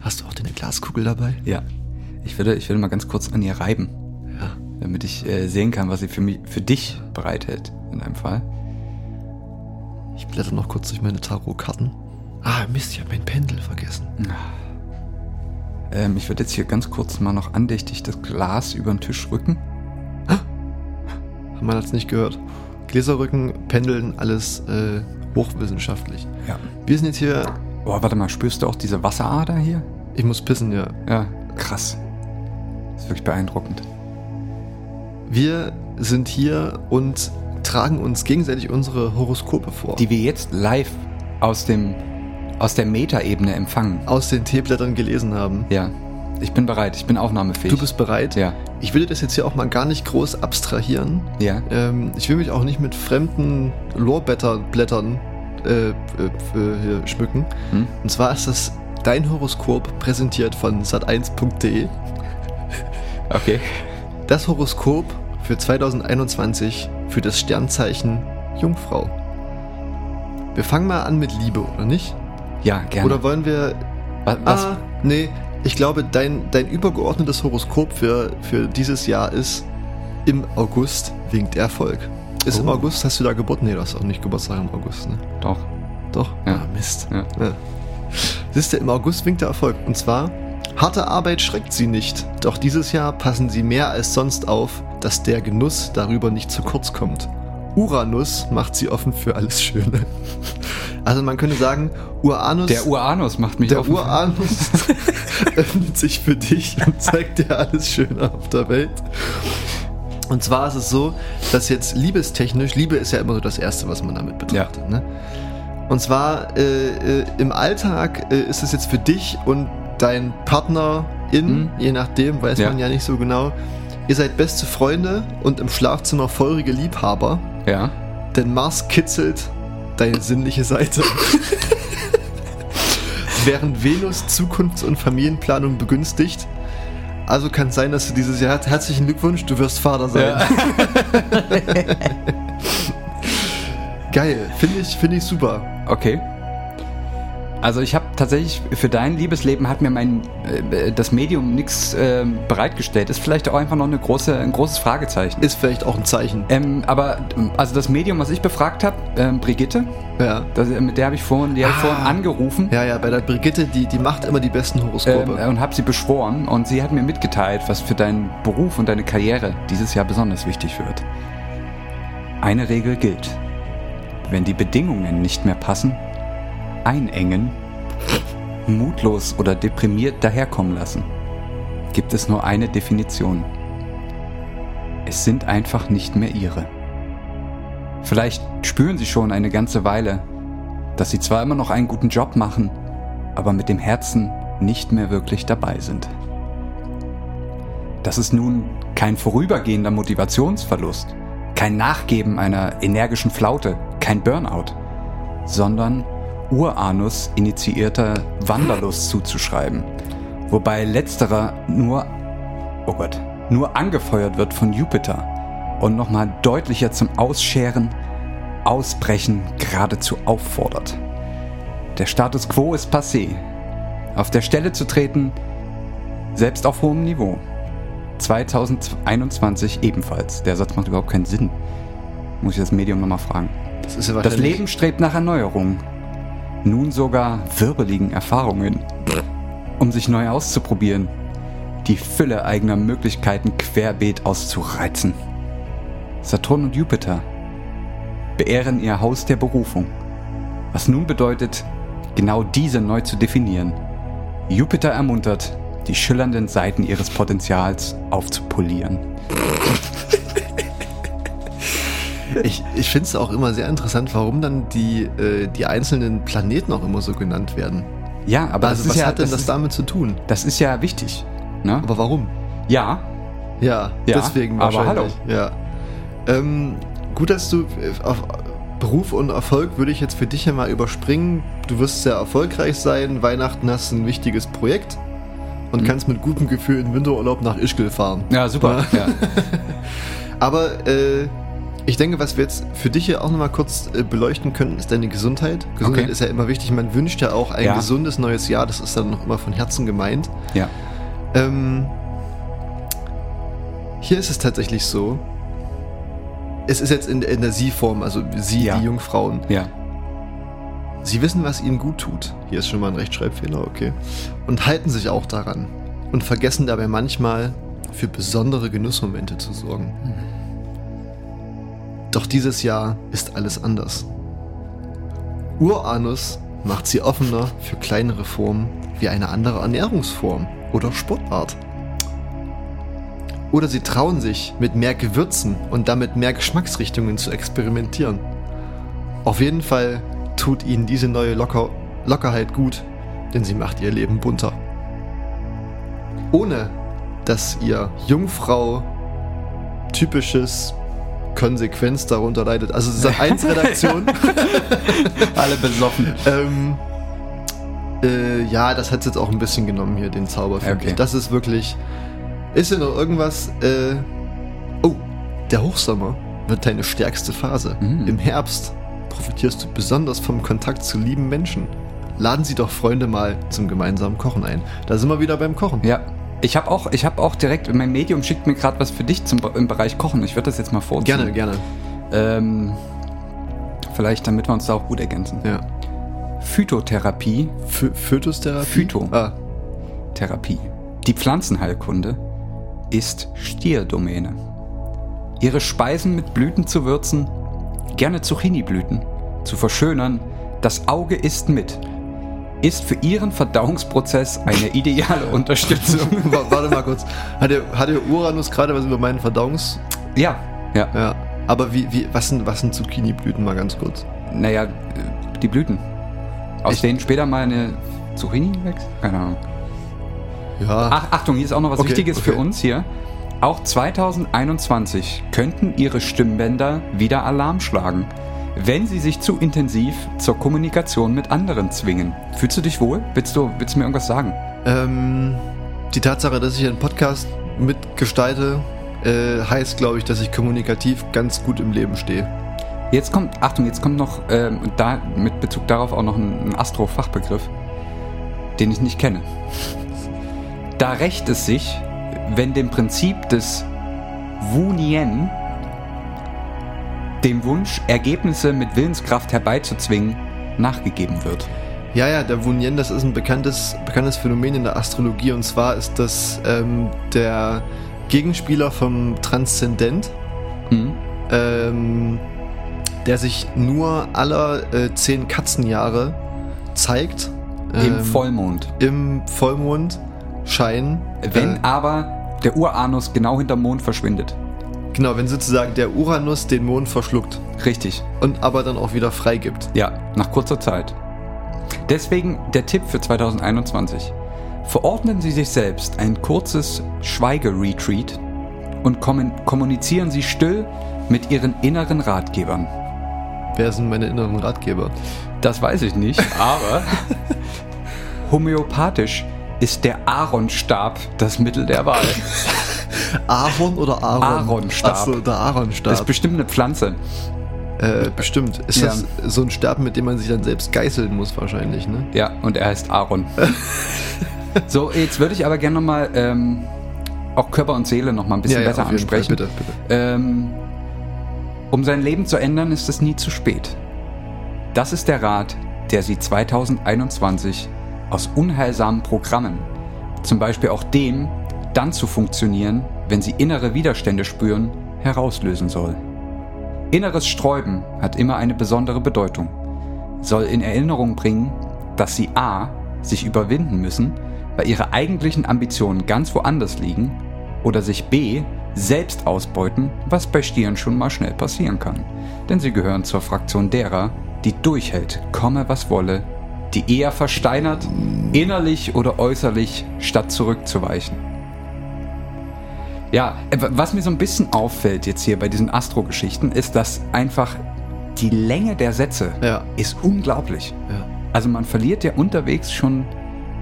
S2: Hast du auch deine Glaskugel dabei?
S3: Ja. Ich würde, ich würde mal ganz kurz an ihr reiben. Damit ich äh, sehen kann, was sie für mich, für dich bereithält in einem Fall.
S2: Ich blätter noch kurz durch meine Tarotkarten. Ah, Mist, ich habe mein Pendel vergessen.
S3: Ähm, ich würde jetzt hier ganz kurz mal noch andächtig das Glas über den Tisch rücken.
S2: Man hat es nicht gehört. Gläserrücken, Pendeln, alles äh, hochwissenschaftlich.
S3: Ja.
S2: Wir sind jetzt hier.
S3: Boah, warte mal, spürst du auch diese Wasserader hier?
S2: Ich muss pissen, ja.
S3: Ja, krass. ist wirklich beeindruckend.
S2: Wir sind hier und tragen uns gegenseitig unsere Horoskope vor.
S3: Die wir jetzt live aus dem aus der Metaebene empfangen.
S2: aus den Teeblättern gelesen haben.
S3: Ja. Ich bin bereit, ich bin aufnahmefähig.
S2: Du bist bereit?
S3: ja,
S2: Ich will dir das jetzt hier auch mal gar nicht groß abstrahieren.
S3: ja.
S2: Ähm, ich will mich auch nicht mit fremden Lorbeerblättern äh, äh, f- äh, hier schmücken.
S3: Hm?
S2: Und zwar ist das dein Horoskop präsentiert von sat1.de.
S3: Okay.
S2: Das Horoskop für 2021 für das Sternzeichen Jungfrau. Wir fangen mal an mit Liebe, oder nicht?
S3: Ja, gerne.
S2: Oder wollen wir.
S3: Wa- was?
S2: Ah, nee. Ich glaube, dein, dein übergeordnetes Horoskop für, für dieses Jahr ist: Im August winkt Erfolg. Ist im
S3: Oh.
S2: August, hast du da Geburt? Nee, du hast auch nicht Geburtstag im August, ne?
S3: Doch.
S2: Doch.
S3: Ja.
S2: Ah, Mist.
S3: Ja.
S2: Ja. Siehst du, im August winkt der Erfolg. Und zwar, harte Arbeit schreckt sie nicht. Doch dieses Jahr passen sie mehr als sonst auf, dass der Genuss darüber nicht zu kurz kommt. Uranus macht sie offen für alles Schöne. Also man könnte sagen, Uranus...
S3: Der Uranus macht mich
S2: Der
S3: offen.
S2: Uranus öffnet sich für dich und zeigt dir alles Schöne auf der Welt. Und zwar ist es so, dass jetzt liebestechnisch, Liebe ist ja immer so das Erste, was man damit betrachtet. Ne? Und zwar äh, äh, im Alltag äh, ist es jetzt für dich und dein Partner in,
S3: Mhm.
S2: je nachdem, weiß
S3: Ja.
S2: man ja nicht so genau. Ihr seid beste Freunde und im Schlafzimmer feurige Liebhaber,
S3: Ja.
S2: denn Mars kitzelt deine sinnliche Seite. Während Venus Zukunfts- und Familienplanung begünstigt. Also kann es sein, dass du dieses Jahr herzlichen Glückwunsch, du wirst Vater sein. Geil, finde ich, finde ich super.
S3: Okay. Also ich habe tatsächlich für dein Liebesleben hat mir mein äh, das Medium nichts ähm, bereitgestellt. Ist vielleicht auch einfach noch eine große ein großes Fragezeichen.
S2: Ist vielleicht auch ein Zeichen.
S3: Ähm, aber also das Medium, was ich befragt habe, ähm, Brigitte,
S2: Ja.
S3: das, mit der habe ich vorhin, die hab ich
S2: Ah.
S3: vorhin angerufen.
S2: Ja, ja, bei der Brigitte, die, die macht immer die besten
S3: Ähm,
S2: Horoskope.
S3: und habe sie beschworen und sie hat mir mitgeteilt, was für deinen Beruf und deine Karriere dieses Jahr besonders wichtig wird. Eine Regel gilt. Wenn die Bedingungen nicht mehr passen, einengen, mutlos oder deprimiert daherkommen lassen, gibt es nur eine Definition. Es sind einfach nicht mehr ihre. Vielleicht spüren sie schon eine ganze Weile, dass sie zwar immer noch einen guten Job machen, aber mit dem Herzen nicht mehr wirklich dabei sind. Das ist nun kein vorübergehender Motivationsverlust, kein Nachgeben einer energischen Flaute, kein Burnout, sondern Uranus initiierter Wanderlust zuzuschreiben, wobei letzterer nur, oh Gott, nur angefeuert wird von Jupiter und nochmal deutlicher zum Ausscheren, Ausbrechen geradezu auffordert. Der Status quo ist passé. Auf der Stelle zu treten, selbst auf hohem Niveau. 2021 ebenfalls. Der Satz macht überhaupt keinen Sinn. Muss ich das Medium nochmal fragen.
S2: Das ist ja
S3: Das
S2: wahrscheinlich-
S3: Leben strebt nach Erneuerung. Nun sogar wirbeligen Erfahrungen. Um sich neu auszuprobieren. Die Fülle eigener Möglichkeiten querbeet auszureizen. Saturn und Jupiter beehren ihr Haus der Berufung. Was nun bedeutet, genau diese neu zu definieren. Jupiter ermuntert, die schillernden Seiten ihres Potenzials aufzupolieren.
S2: Ich, ich finde es auch immer sehr interessant, warum dann die, äh, die einzelnen Planeten auch immer so genannt werden.
S3: Ja, aber
S2: also,
S3: das
S2: was
S3: ist ja,
S2: hat denn das
S3: das, ist,
S2: damit zu tun?
S3: das ist ja wichtig. Ne?
S2: Aber warum?
S3: Ja,
S2: Ja,
S3: Ja,
S2: deswegen
S3: aber
S2: wahrscheinlich. Ja. Ähm, gut, dass du äh, auf Beruf und Erfolg würde ich jetzt für dich ja mal überspringen. Du wirst sehr erfolgreich sein. Weihnachten hast du ein wichtiges Projekt und kannst mit gutem Gefühl in Winterurlaub nach Ischgl fahren.
S3: Mhm. Ja, super. Ja.
S2: Aber äh, ich denke, was wir jetzt für dich hier auch nochmal kurz äh, beleuchten könnten, ist deine Gesundheit. Gesundheit
S3: Okay.
S2: ist ja immer wichtig. Man wünscht ja auch ein
S3: Ja.
S2: gesundes neues Jahr. Das ist dann noch immer von Herzen gemeint.
S3: ja.
S2: Ähm, hier ist es tatsächlich so. Es ist jetzt in, in der Sie-Form, also Sie,
S3: Ja.
S2: die Jungfrauen.
S3: ja.
S2: Sie wissen, was ihnen gut tut. Hier ist schon mal ein Rechtschreibfehler, okay. Und halten sich auch daran. Und vergessen dabei manchmal, für besondere Genussmomente zu sorgen. Doch dieses Jahr ist alles anders. Uranus macht sie offener für kleinere Formen wie eine andere Ernährungsform oder Sportart. Oder sie trauen sich, mit mehr Gewürzen und damit mehr Geschmacksrichtungen zu experimentieren. Auf jeden Fall tut ihnen diese neue Locker Lockerheit gut, denn sie macht ihr Leben bunter. Ohne dass ihr Jungfrau typisches Konsequenz darunter leidet. Also Sat 1 Redaktion.
S3: Alle besoffen.
S2: ähm, äh, ja, das hat jetzt auch ein bisschen genommen hier, den Zauber. finde
S3: Okay.
S2: ich. Das ist wirklich. Ist hier noch irgendwas? Äh, oh, der Hochsommer wird deine stärkste Phase.
S3: Mhm.
S2: Im Herbst profitierst du besonders vom Kontakt zu lieben Menschen. Laden Sie doch Freunde mal zum gemeinsamen Kochen ein. Da sind wir wieder beim Kochen.
S3: Ja. Ich habe auch, ich hab auch direkt, mein Medium schickt mir gerade was für dich zum, im Bereich Kochen. Ich würde das jetzt mal vorziehen.
S2: Gerne, gerne.
S3: Ähm, vielleicht, damit wir uns da auch gut ergänzen.
S2: Ja.
S3: Phytotherapie,
S2: Ph Fötustherapie?
S3: Phyto.
S2: Ah,
S3: Therapie. Die Pflanzenheilkunde ist Stierdomäne. Ihre Speisen mit Blüten zu würzen, gerne Zucchiniblüten, zu verschönern, das Auge isst mit, ist für ihren Verdauungsprozess eine ideale Unterstützung.
S2: Wa- Warte mal kurz. Hat der, hat der Uranus gerade was über meinen Verdauungs.
S3: Ja, ja.
S2: Ja. Aber wie, wie, was sind, was sind Zucchini-Blüten mal ganz kurz?
S3: Naja, äh, die Blüten. Aus
S2: Ich-
S3: denen später mal eine Zucchini wächst? Keine Ahnung.
S2: Ja.
S3: Ach, Achtung, hier ist auch noch was
S2: Okay,
S3: Wichtiges für
S2: okay.
S3: uns hier. Auch 2021 könnten Ihre Stimmbänder wieder Alarm schlagen, wenn Sie sich zu intensiv zur Kommunikation mit anderen zwingen. Fühlst du dich wohl? Willst du, willst du mir irgendwas sagen?
S2: Ähm, die Tatsache, dass ich einen Podcast mitgestalte, äh, heißt, glaube ich, dass ich kommunikativ ganz gut im Leben stehe.
S3: Jetzt kommt, Achtung, jetzt kommt noch, ähm, und da mit Bezug darauf auch noch ein, ein Astro-Fachbegriff, den ich nicht kenne. Da rächt es sich, wenn dem Prinzip des Wunien, dem Wunsch, Ergebnisse mit Willenskraft herbeizuzwingen, nachgegeben wird.
S2: Ja, ja, der Wunien, das ist ein bekanntes, bekanntes Phänomen in der Astrologie und zwar ist das ähm, der Gegenspieler vom Transzendent,
S3: Hm?
S2: ähm, der sich nur aller äh, zehn Katzenjahre zeigt.
S3: Im
S2: ähm,
S3: Vollmond.
S2: Im Vollmond scheinen.
S3: Wenn
S2: äh,
S3: aber der Uranus genau hinterm Mond verschwindet.
S2: genau, wenn sozusagen der Uranus den Mond verschluckt
S3: Richtig.
S2: und aber dann auch wieder freigibt.
S3: Ja, nach kurzer Zeit. Deswegen der Tipp für 2021. Verordnen Sie sich selbst ein kurzes Schweigeretreat und kommen, kommunizieren Sie still mit Ihren inneren Ratgebern.
S2: Wer sind meine inneren Ratgeber?
S3: Das weiß ich nicht, aber homöopathisch ist der Aaronstab das Mittel der Wahl.
S2: Aaron oder Aaron?
S3: Aaronstab.
S2: Achso, der
S3: Das ist
S2: Aaronstab.
S3: bestimmt eine Pflanze.
S2: äh, bestimmt. Ist
S3: Ja.
S2: das so ein Stab, mit dem man sich dann selbst geißeln muss wahrscheinlich, ne?
S3: Ja, und er heißt Aaron. so, jetzt würde ich aber gerne nochmal ähm, auch Körper und Seele nochmal ein bisschen besser
S2: auf jeden Fall.
S3: ansprechen.
S2: Bitte, bitte.
S3: Ähm, um sein Leben zu ändern, ist es nie zu spät. Das ist der Rat, der Sie 2021 aus unheilsamen Programmen, zum Beispiel auch dem, dann zu funktionieren, wenn Sie innere Widerstände spüren, herauslösen soll. Inneres Sträuben hat immer eine besondere Bedeutung, soll in Erinnerung bringen, dass Sie a. sich überwinden müssen, weil Ihre eigentlichen Ambitionen ganz woanders liegen, oder sich b. selbst ausbeuten, was bei Stieren schon mal schnell passieren kann. Denn Sie gehören zur Fraktion derer, die durchhält, komme was wolle, die eher versteinert, innerlich oder äußerlich, statt zurückzuweichen. Ja, äh, was mir so ein bisschen auffällt jetzt hier bei diesen Astro-Geschichten, ist, dass einfach die Länge der Sätze
S2: Ja.
S3: ist unglaublich.
S2: Ja.
S3: Also man verliert ja unterwegs schon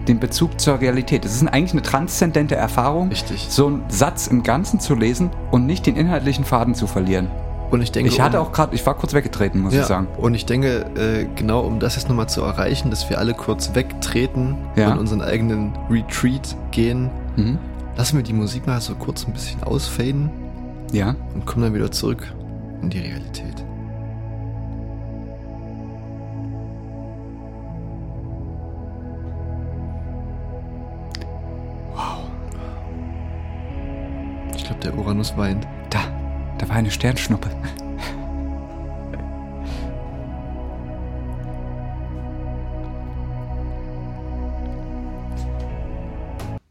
S3: den Bezug zur Realität. Es ist eigentlich eine transzendente Erfahrung,
S2: Richtig.
S3: so einen Satz im Ganzen zu lesen und nicht den inhaltlichen Faden zu verlieren.
S2: Und ich denke,
S3: Ich hatte
S2: um,
S3: auch gerade, ich war kurz weggetreten, muss
S2: ja,
S3: ich sagen.
S2: Und ich denke, äh, genau um das jetzt nochmal zu erreichen, dass wir alle kurz wegtreten
S3: Ja.
S2: und unseren eigenen Retreat gehen,
S3: Mhm.
S2: lassen wir die Musik mal so kurz ein bisschen ausfaden
S3: Ja.
S2: und kommen dann wieder zurück in die Realität. Ich glaube, der Uranus weint.
S3: Da, da war eine Sternschnuppe.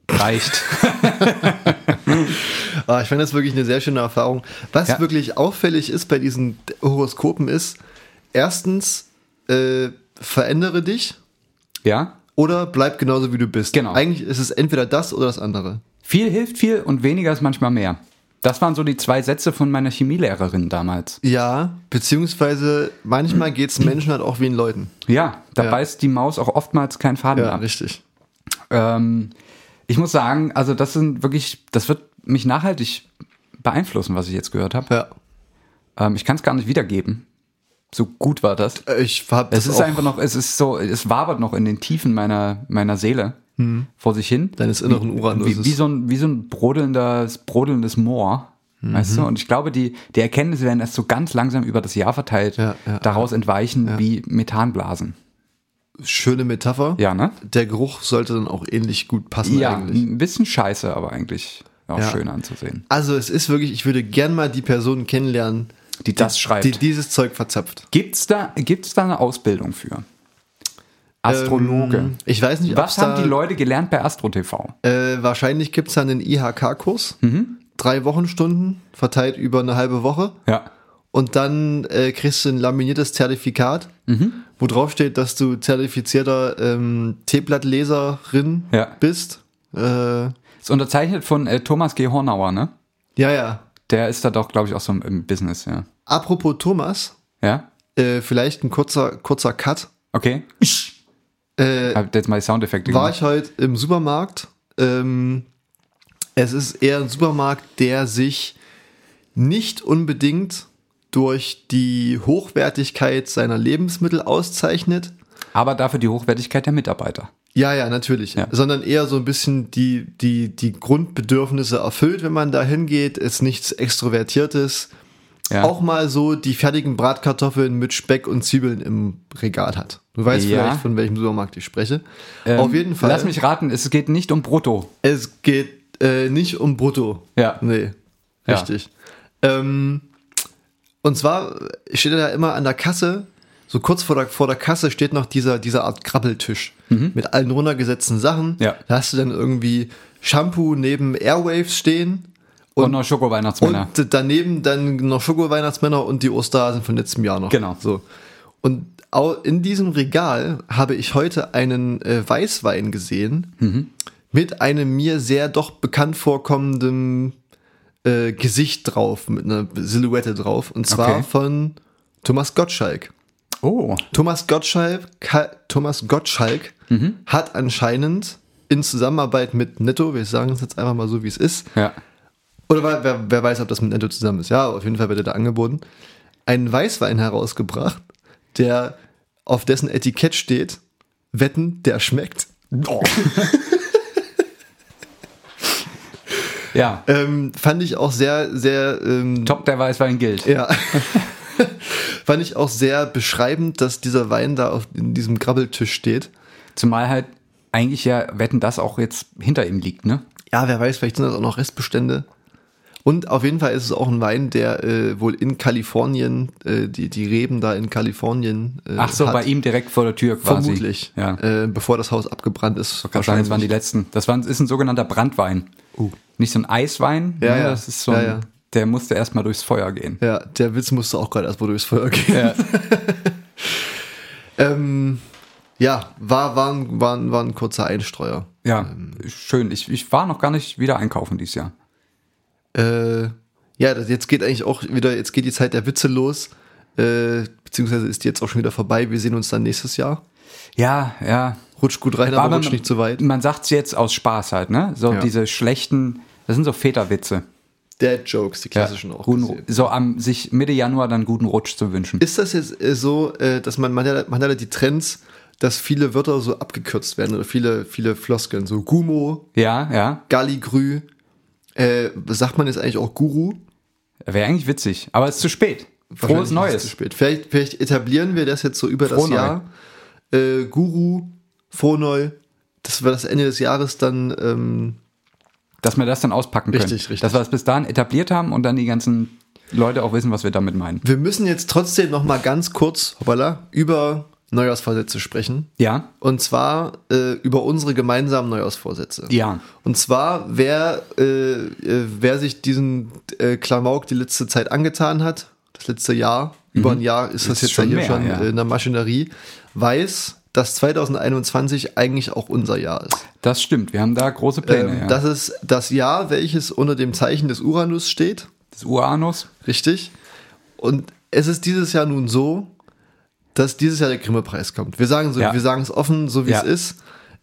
S3: Reicht.
S2: Ah, ich fand das wirklich eine sehr schöne Erfahrung. Was
S3: Ja.
S2: wirklich auffällig ist bei diesen Horoskopen ist, erstens, äh, verändere dich
S3: Ja?
S2: oder bleib genauso wie du bist.
S3: Genau.
S2: Eigentlich ist es entweder das oder das andere.
S3: Viel hilft viel und weniger ist manchmal mehr. Das waren so die zwei Sätze von meiner Chemielehrerin damals.
S2: Ja, beziehungsweise manchmal geht es Menschen halt auch wie in Leuten.
S3: Ja, da
S2: Ja.
S3: beißt die Maus auch oftmals keinen Faden
S2: Ja,
S3: ab.
S2: richtig.
S3: Ähm, ich muss sagen, also das sind wirklich, das wird mich nachhaltig beeinflussen, was ich jetzt gehört habe.
S2: Ja.
S3: Ähm, ich kann es gar nicht wiedergeben. So gut war das.
S2: Äh, Ich hab
S3: Es
S2: das
S3: ist
S2: auch
S3: einfach noch, es ist so, es wabert noch in den Tiefen meiner, meiner Seele vor sich hin.
S2: Hm. deines inneren Uranus.
S3: Wie, wie, so ein, wie so ein brodelndes, brodelndes Moor. Weißt du?
S2: Mhm.
S3: Und ich glaube, die, die Erkenntnisse werden erst so ganz langsam über das Jahr verteilt,
S2: Ja, ja,
S3: daraus entweichen wie Methanblasen.
S2: Schöne Metapher.
S3: Ja, ne?
S2: Der Geruch sollte dann auch ähnlich gut passen
S3: Ja,
S2: eigentlich.
S3: ein bisschen scheiße, aber eigentlich auch
S2: Ja.
S3: schön anzusehen.
S2: Also es ist wirklich, ich würde gern mal die Person kennenlernen,
S3: Die das schreibt.
S2: die dieses Zeug verzapft.
S3: Gibt's da, gibt's da eine Ausbildung für? Astrologe.
S2: Ähm, ich weiß nicht, ob's
S3: Was haben
S2: da-
S3: die Leute gelernt bei Astro TV? Mhm.
S2: Äh, wahrscheinlich gibt es dann einen IHK-Kurs, drei Wochenstunden, verteilt über eine halbe Woche.
S3: Ja.
S2: Und dann äh, kriegst du ein laminiertes Zertifikat, wo drauf steht, dass du zertifizierter ähm, Teeblattleserin
S3: Ja.
S2: bist. Äh, ja,
S3: Ist unterzeichnet von äh, Thomas G. Hornauer, ne?
S2: ja.
S3: Der ist da doch, glaube ich, auch so im, im Business, ja.
S2: Apropos Thomas,
S3: Ja?
S2: äh, vielleicht ein kurzer, kurzer Cut.
S3: Okay.
S2: Äh,
S3: Hab jetzt mal die Soundeffekte
S2: war ich heute im Supermarkt. Ähm, es ist eher ein Supermarkt, der sich nicht unbedingt durch die Hochwertigkeit seiner Lebensmittel auszeichnet.
S3: Aber dafür die Hochwertigkeit der Mitarbeiter.
S2: Ja, ja, natürlich.
S3: Ja.
S2: Sondern eher so ein bisschen die, die, die Grundbedürfnisse erfüllt, wenn man da hingeht, ist nichts Extrovertiertes.
S3: Ja.
S2: Auch mal so die fertigen Bratkartoffeln mit Speck und Zwiebeln im Regal hat. Du weißt
S3: Ja.
S2: vielleicht, von welchem Supermarkt ich spreche. Auf jeden Fall.
S3: Ähm, Lass mich raten, es geht nicht um Brutto.
S2: Es geht äh, nicht um Brutto.
S3: Ja.
S2: Nee.
S3: Ja.
S2: Richtig. Ähm, und zwar steht da immer an der Kasse, so kurz vor der, vor der Kasse steht noch dieser, dieser Art Krabbeltisch mit allen runtergesetzten Sachen.
S3: Mhm. Ja.
S2: Da hast du dann irgendwie Shampoo neben Airwaves stehen
S3: Und,
S2: Und-
S3: noch
S2: und
S3: Schoko-Weihnachtsmänner.
S2: daneben dann noch Schoko-Weihnachtsmänner und die Osterhasen von letztem Jahr noch.
S3: Genau.
S2: So. Und au- in diesem Regal habe ich heute einen äh, Weißwein gesehen
S3: Mhm.
S2: mit einem mir sehr doch bekannt vorkommenden äh, Gesicht drauf, mit einer Silhouette drauf. Und zwar
S3: Okay.
S2: von Thomas Gottschalk.
S3: Oh.
S2: Thomas Gottschalk, Ka- Thomas Gottschalk
S3: Mhm.
S2: hat anscheinend in Zusammenarbeit mit Netto, wir sagen es jetzt einfach mal so, wie es ist,
S3: Ja.
S2: oder wer, wer, wer weiß, ob das mit Netto zusammen ist. Ja, auf jeden Fall wird er da angeboten. Einen Weißwein herausgebracht, der auf dessen Etikett steht, wetten, der schmeckt.
S3: Ja.
S2: Ähm, fand ich auch sehr, sehr, ähm,
S3: Top der Weißwein gilt.
S2: ja. fand ich auch sehr beschreibend, dass dieser Wein da auf in diesem Grabbeltisch steht.
S3: Zumal halt eigentlich ja Wetten das auch jetzt hinter ihm liegt, ne?
S2: Ja, wer weiß, vielleicht sind das auch noch Restbestände. Und auf jeden Fall ist es auch ein Wein, der äh, wohl in Kalifornien, äh, die, die Reben da in Kalifornien. Äh,
S3: Ach so,
S2: hat.
S3: bei ihm direkt vor der Tür quasi.
S2: Vermutlich.
S3: Ja.
S2: Äh, bevor das Haus abgebrannt ist.
S3: Kann sein, das waren die letzten. Das waren, ist ein sogenannter Brandwein. Nicht so ein Eiswein.
S2: Uh. Ja,
S3: ne?
S2: ja.
S3: Das ist so ein,
S2: Ja, ja.
S3: Der musste erstmal durchs Feuer gehen.
S2: Ja, der Witz musste auch gerade erst mal durchs Feuer gehen. Ja, ähm, ja war, war, ein, war, ein, war ein kurzer Einstreuer.
S3: Ja,
S2: Ähm.
S3: schön. Ich, ich war noch gar nicht wieder einkaufen dieses Jahr.
S2: Äh, ja, das, jetzt geht eigentlich auch wieder, jetzt geht die Zeit der Witze los. Äh, beziehungsweise ist die jetzt auch schon wieder vorbei. Wir sehen uns dann nächstes Jahr.
S3: Ja, ja.
S2: Rutsch gut rein, aber, rutsch nicht zu weit.
S3: Man sagt es jetzt aus Spaß halt, ne? So
S2: Ja.
S3: diese schlechten, das sind so Väterwitze.
S2: Dad-Jokes, die klassischen auch.
S3: Guten,
S2: gesehen.
S3: Ru- so am sich Mitte Januar dann guten Rutsch zu wünschen.
S2: Ist das jetzt äh, so, äh, dass man, man, hat, ja- man hat ja die Trends, dass viele Wörter so abgekürzt werden oder viele, viele Floskeln, so Gumo,
S3: ja, ja.
S2: Galligrü, äh, sagt man jetzt eigentlich auch Guru?
S3: Wäre eigentlich witzig. Aber es ist zu spät.
S2: Wahrscheinlich
S3: Frohes
S2: Ist es zu
S3: Neues.
S2: spät. Vielleicht, vielleicht etablieren wir das jetzt so über das
S3: Frohneu.
S2: Jahr. Äh, Guru, Frohneu, dass wir das Ende des Jahres dann, ähm,
S3: Dass wir das dann auspacken können.
S2: Richtig, richtig.
S3: Dass wir es bis dahin etabliert haben und dann die ganzen Leute auch wissen, was wir damit meinen.
S2: wir müssen jetzt trotzdem noch mal ganz kurz, hoppala, über Neujahrsvorsätze sprechen.
S3: Ja,
S2: Und zwar äh, über unsere gemeinsamen Neujahrsvorsätze.
S3: Ja.
S2: Und zwar, wer, äh, äh, wer sich diesen äh, Klamauk die letzte Zeit angetan hat, das letzte Jahr, über ein Jahr ist das
S3: Mhm. Ist
S2: jetzt
S3: schon
S2: ja
S3: mehr,
S2: hier schon
S3: ja.
S2: äh, in der Maschinerie, weiß, dass 2021 eigentlich auch unser Jahr ist.
S3: das stimmt. Wir haben da große Pläne.
S2: Ähm,
S3: Genau, ja.
S2: Das ist das Jahr, welches unter dem Zeichen des Uranus steht.
S3: das Uranus.
S2: Richtig. Und es ist dieses Jahr nun so, dass dieses Jahr der Grimme-Preis kommt. Wir sagen so,
S3: Ja.
S2: wir sagen es offen, so wie
S3: Ja.
S2: es ist.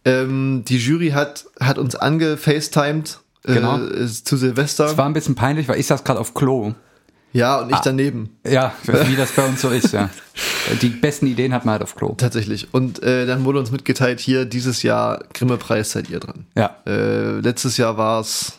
S2: Ähm, die Jury hat, hat uns angefacetimed äh,
S3: Genau.
S2: äh, zu Silvester.
S3: Es war ein bisschen peinlich, weil ich saß gerade auf Klo.
S2: ja, und ich
S3: Ah.
S2: daneben.
S3: Ja, wie das bei uns so ist, ja. Die besten Ideen hat man halt auf Klo.
S2: Tatsächlich. Und äh, dann wurde uns mitgeteilt, hier dieses Jahr Grimme-Preis seid ihr dran.
S3: Ja,
S2: Äh, letztes Jahr war es,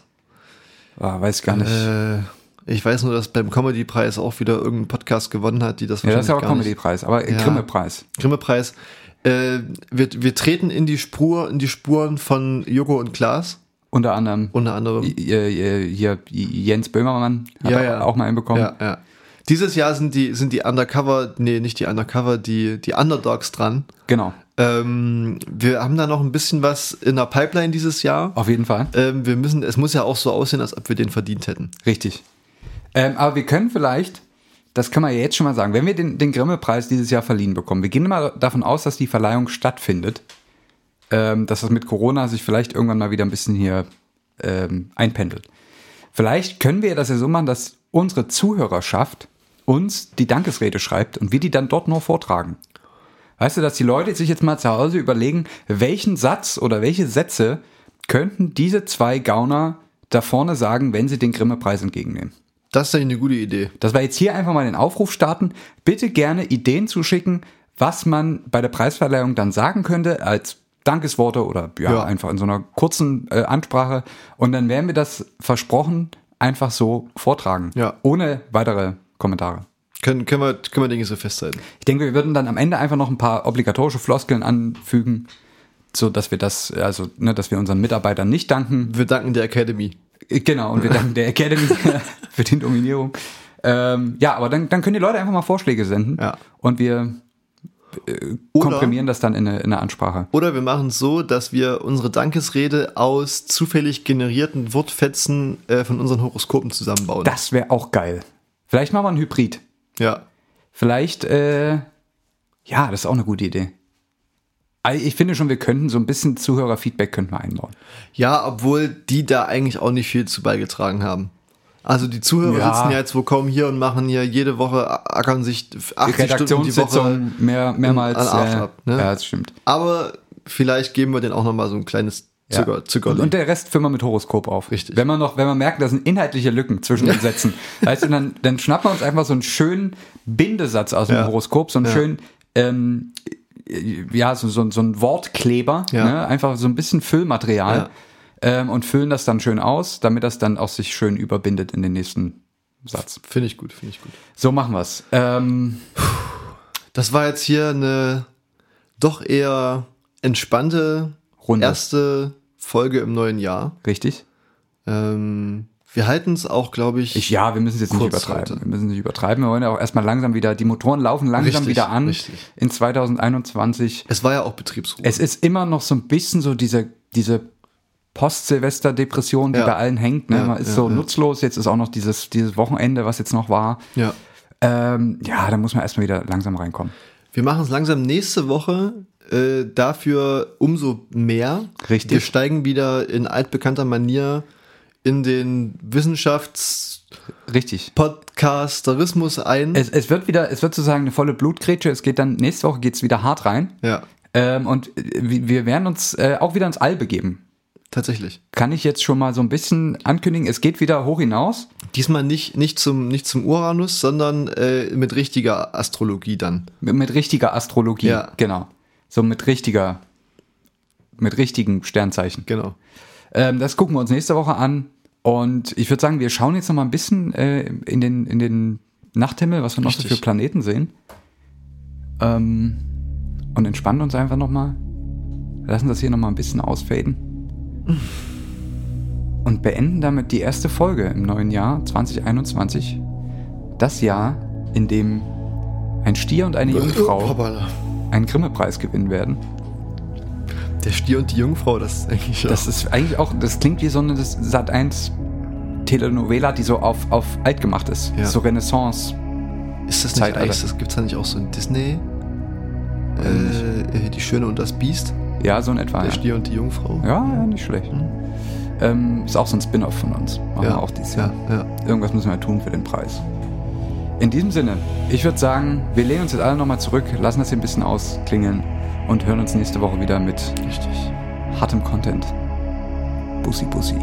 S3: ah, weiß gar nicht.
S2: äh, ich weiß nur, dass beim Comedy-Preis auch wieder irgendein Podcast gewonnen hat, die das
S3: ja, das ist ja auch
S2: wahrscheinlich gar nicht-
S3: Comedy-Preis, aber Grimme-Preis.
S2: Grimme-Preis. Äh, wir, wir treten in die Spur, in die Spuren von Joko und Klaas,
S3: Unter anderem
S2: unter anderem.
S3: hier, hier Jens Böhmermann hat
S2: Ja, ja.
S3: auch mal einen bekommen.
S2: Ja, ja. Dieses Jahr sind die, sind die Undercover, nee, nicht die Undercover, die, die Underdogs dran.
S3: Genau.
S2: Ähm, wir haben da noch ein bisschen was in der Pipeline dieses Jahr.
S3: Auf jeden Fall.
S2: Ähm, wir müssen, es muss ja auch so aussehen, als ob wir den verdient hätten.
S3: Richtig. Ähm, aber wir können vielleicht, das kann man ja jetzt schon mal sagen, wenn wir den, den Grimme-Preis dieses Jahr verliehen bekommen, wir gehen mal davon aus, dass die Verleihung stattfindet, ähm, dass das mit Corona sich vielleicht irgendwann mal wieder ein bisschen hier ähm, einpendelt. Vielleicht können wir das ja so machen, dass unsere Zuhörerschaft uns die Dankesrede schreibt und wir die dann dort nur vortragen. Weißt du, dass die Leute sich jetzt mal zu Hause überlegen, welchen Satz oder welche Sätze könnten diese zwei Gauner da vorne sagen, wenn sie den Grimme-Preis entgegennehmen?
S2: Das ist eigentlich eine gute Idee.
S3: dass wir jetzt hier einfach mal den Aufruf starten, bitte gerne Ideen zuschicken, was man bei der Preisverleihung dann sagen könnte als Dankesworte oder ja,
S2: Ja.
S3: einfach in so einer kurzen äh, Ansprache und dann werden wir das versprochen einfach so vortragen,
S2: Ja.
S3: ohne weitere Kommentare.
S2: Können, können, wir, können wir Dinge so festhalten.
S3: Ich denke, wir würden dann am Ende einfach noch ein paar obligatorische Floskeln anfügen, so dass wir das also, ne, dass wir unseren Mitarbeitern nicht danken,
S2: Wir danken der Academy.
S3: Genau, und wir danken der Academy für die Nominierung. Ähm, ja, aber dann, dann können die Leute einfach mal Vorschläge senden
S2: Ja.
S3: und wir äh,
S2: Oder-
S3: komprimieren das dann in eine, in eine Ansprache.
S2: Oder wir machen es so, dass wir unsere Dankesrede aus zufällig generierten Wortfetzen äh, von unseren Horoskopen zusammenbauen.
S3: Das wäre auch geil. Vielleicht machen wir ein Hybrid.
S2: Ja.
S3: Vielleicht, äh, ja, das ist auch eine gute Idee. Also Ich finde schon, wir könnten so ein bisschen Zuhörerfeedback könnten wir einbauen.
S2: Ja, obwohl die da eigentlich auch nicht viel zu beigetragen haben. Also die Zuhörer
S3: Ja.
S2: sitzen ja jetzt wohl kaum hier und machen hier jede Woche, ackern sich 80 Stunden die Woche.
S3: Redaktionssitzung mehr, mehrmals.
S2: an Arsch
S3: äh,
S2: ab, ne?
S3: Ja, das stimmt.
S2: Aber vielleicht geben wir denen auch nochmal so ein kleines
S3: Ja.
S2: Zucker,
S3: und,
S2: Zuckerli.
S3: und der Rest füllen wir mit Horoskop auf.
S2: Richtig.
S3: Wenn man noch, wenn man merkt, da sind inhaltliche Lücken zwischen den Sätzen, weißt du, dann, dann schnappen wir uns einfach so einen schönen Bindesatz aus dem
S2: Ja.
S3: Horoskop, so einen schönen, ähm, äh, ja, so, so, so einen Wortkleber,
S2: Ja.
S3: ne? einfach so ein bisschen Füllmaterial
S2: Ja.
S3: ähm, und füllen das dann schön aus, damit das dann auch sich schön überbindet in den nächsten Satz.
S2: Finde ich gut, finde ich gut.
S3: So machen wir's. Ähm,
S2: Das war jetzt hier eine doch eher entspannte
S3: Runde.
S2: erste Folge im neuen Jahr.
S3: richtig?
S2: Ähm, wir halten es auch, glaube ich,
S3: Ich, ja, wir müssen es jetzt nicht
S2: Kurz
S3: übertreiben.
S2: heute.
S3: Wir müssen nicht übertreiben. Wir wollen ja auch erstmal langsam wieder, die Motoren laufen langsam
S2: Richtig,
S3: wieder an.
S2: richtig.
S3: In 2021.
S2: Es war ja auch Betriebsruhe.
S3: Es ist immer noch so ein bisschen so diese, diese Post-Silvester-Depression, die
S2: Ja.
S3: bei allen hängt. Ne?
S2: Ja,
S3: Man ist
S2: ja,
S3: so
S2: ja.
S3: nutzlos. Jetzt ist auch noch dieses, dieses Wochenende, was jetzt noch war.
S2: ja.
S3: Ähm, ja, da muss man erstmal wieder langsam reinkommen.
S2: Wir machen es langsam nächste Woche, äh, dafür umso mehr.
S3: Richtig.
S2: Wir steigen wieder in altbekannter Manier in den Wissenschafts-Podcasterismus
S3: Richtig.
S2: ein.
S3: Es, es wird wieder, es wird sozusagen eine volle Blutgrätsche. Es geht dann, nächste Woche geht's wieder hart rein.
S2: ja,
S3: Ähm, und äh, wir wir werden uns äh, auch wieder ins All begeben.
S2: tatsächlich.
S3: Kann ich jetzt schon mal so ein bisschen ankündigen. Es geht wieder hoch hinaus.
S2: Diesmal nicht, nicht, zum, nicht zum Uranus, sondern äh, mit richtiger Astrologie dann.
S3: Mit, mit richtiger Astrologie.
S2: Ja.
S3: Genau. So mit richtiger, mit richtigen Sternzeichen.
S2: Genau.
S3: Ähm, das gucken wir uns nächste Woche an. Und ich würde sagen, wir schauen jetzt noch mal ein bisschen äh, in, den, in den Nachthimmel, was wir noch so
S2: Richtig.
S3: für Planeten sehen. Ähm, und entspannen uns einfach noch mal. Lassen das hier noch mal ein bisschen ausfaden. Und beenden damit die erste Folge im neuen Jahr 2021. Das Jahr, in dem ein Stier und eine
S2: Äh,
S3: Jungfrau
S2: Oh, Hoppala.
S3: einen Grimme-Preis gewinnen werden.
S2: Der Stier und die Jungfrau, das ist eigentlich ja.
S3: Das ist eigentlich auch, das klingt wie so eine Sat 1 Telenovela, die so auf, auf alt gemacht ist.
S2: Ja.
S3: So Renaissance.
S2: Ist das nicht
S3: Zeitalter.
S2: eigentlich, das gibt's da nicht auch so ein Disney? Äh, äh, die Schöne und das Biest,
S3: Ja, so in etwa.
S2: der
S3: Ah, Ja.
S2: Stier und die Jungfrau.
S3: ja, ja, nicht schlecht.
S2: Mhm.
S3: Ähm, ist auch so ein Spin-off von uns. Machen wir auch dieses Jahr.
S2: Ja, ja.
S3: Irgendwas müssen wir tun für den Preis. In diesem Sinne, ich würde sagen, wir lehnen uns jetzt alle nochmal zurück, lassen das hier ein bisschen ausklingeln und hören uns nächste Woche wieder mit
S2: Richtig.
S3: hartem Content. Bussi, Bussi.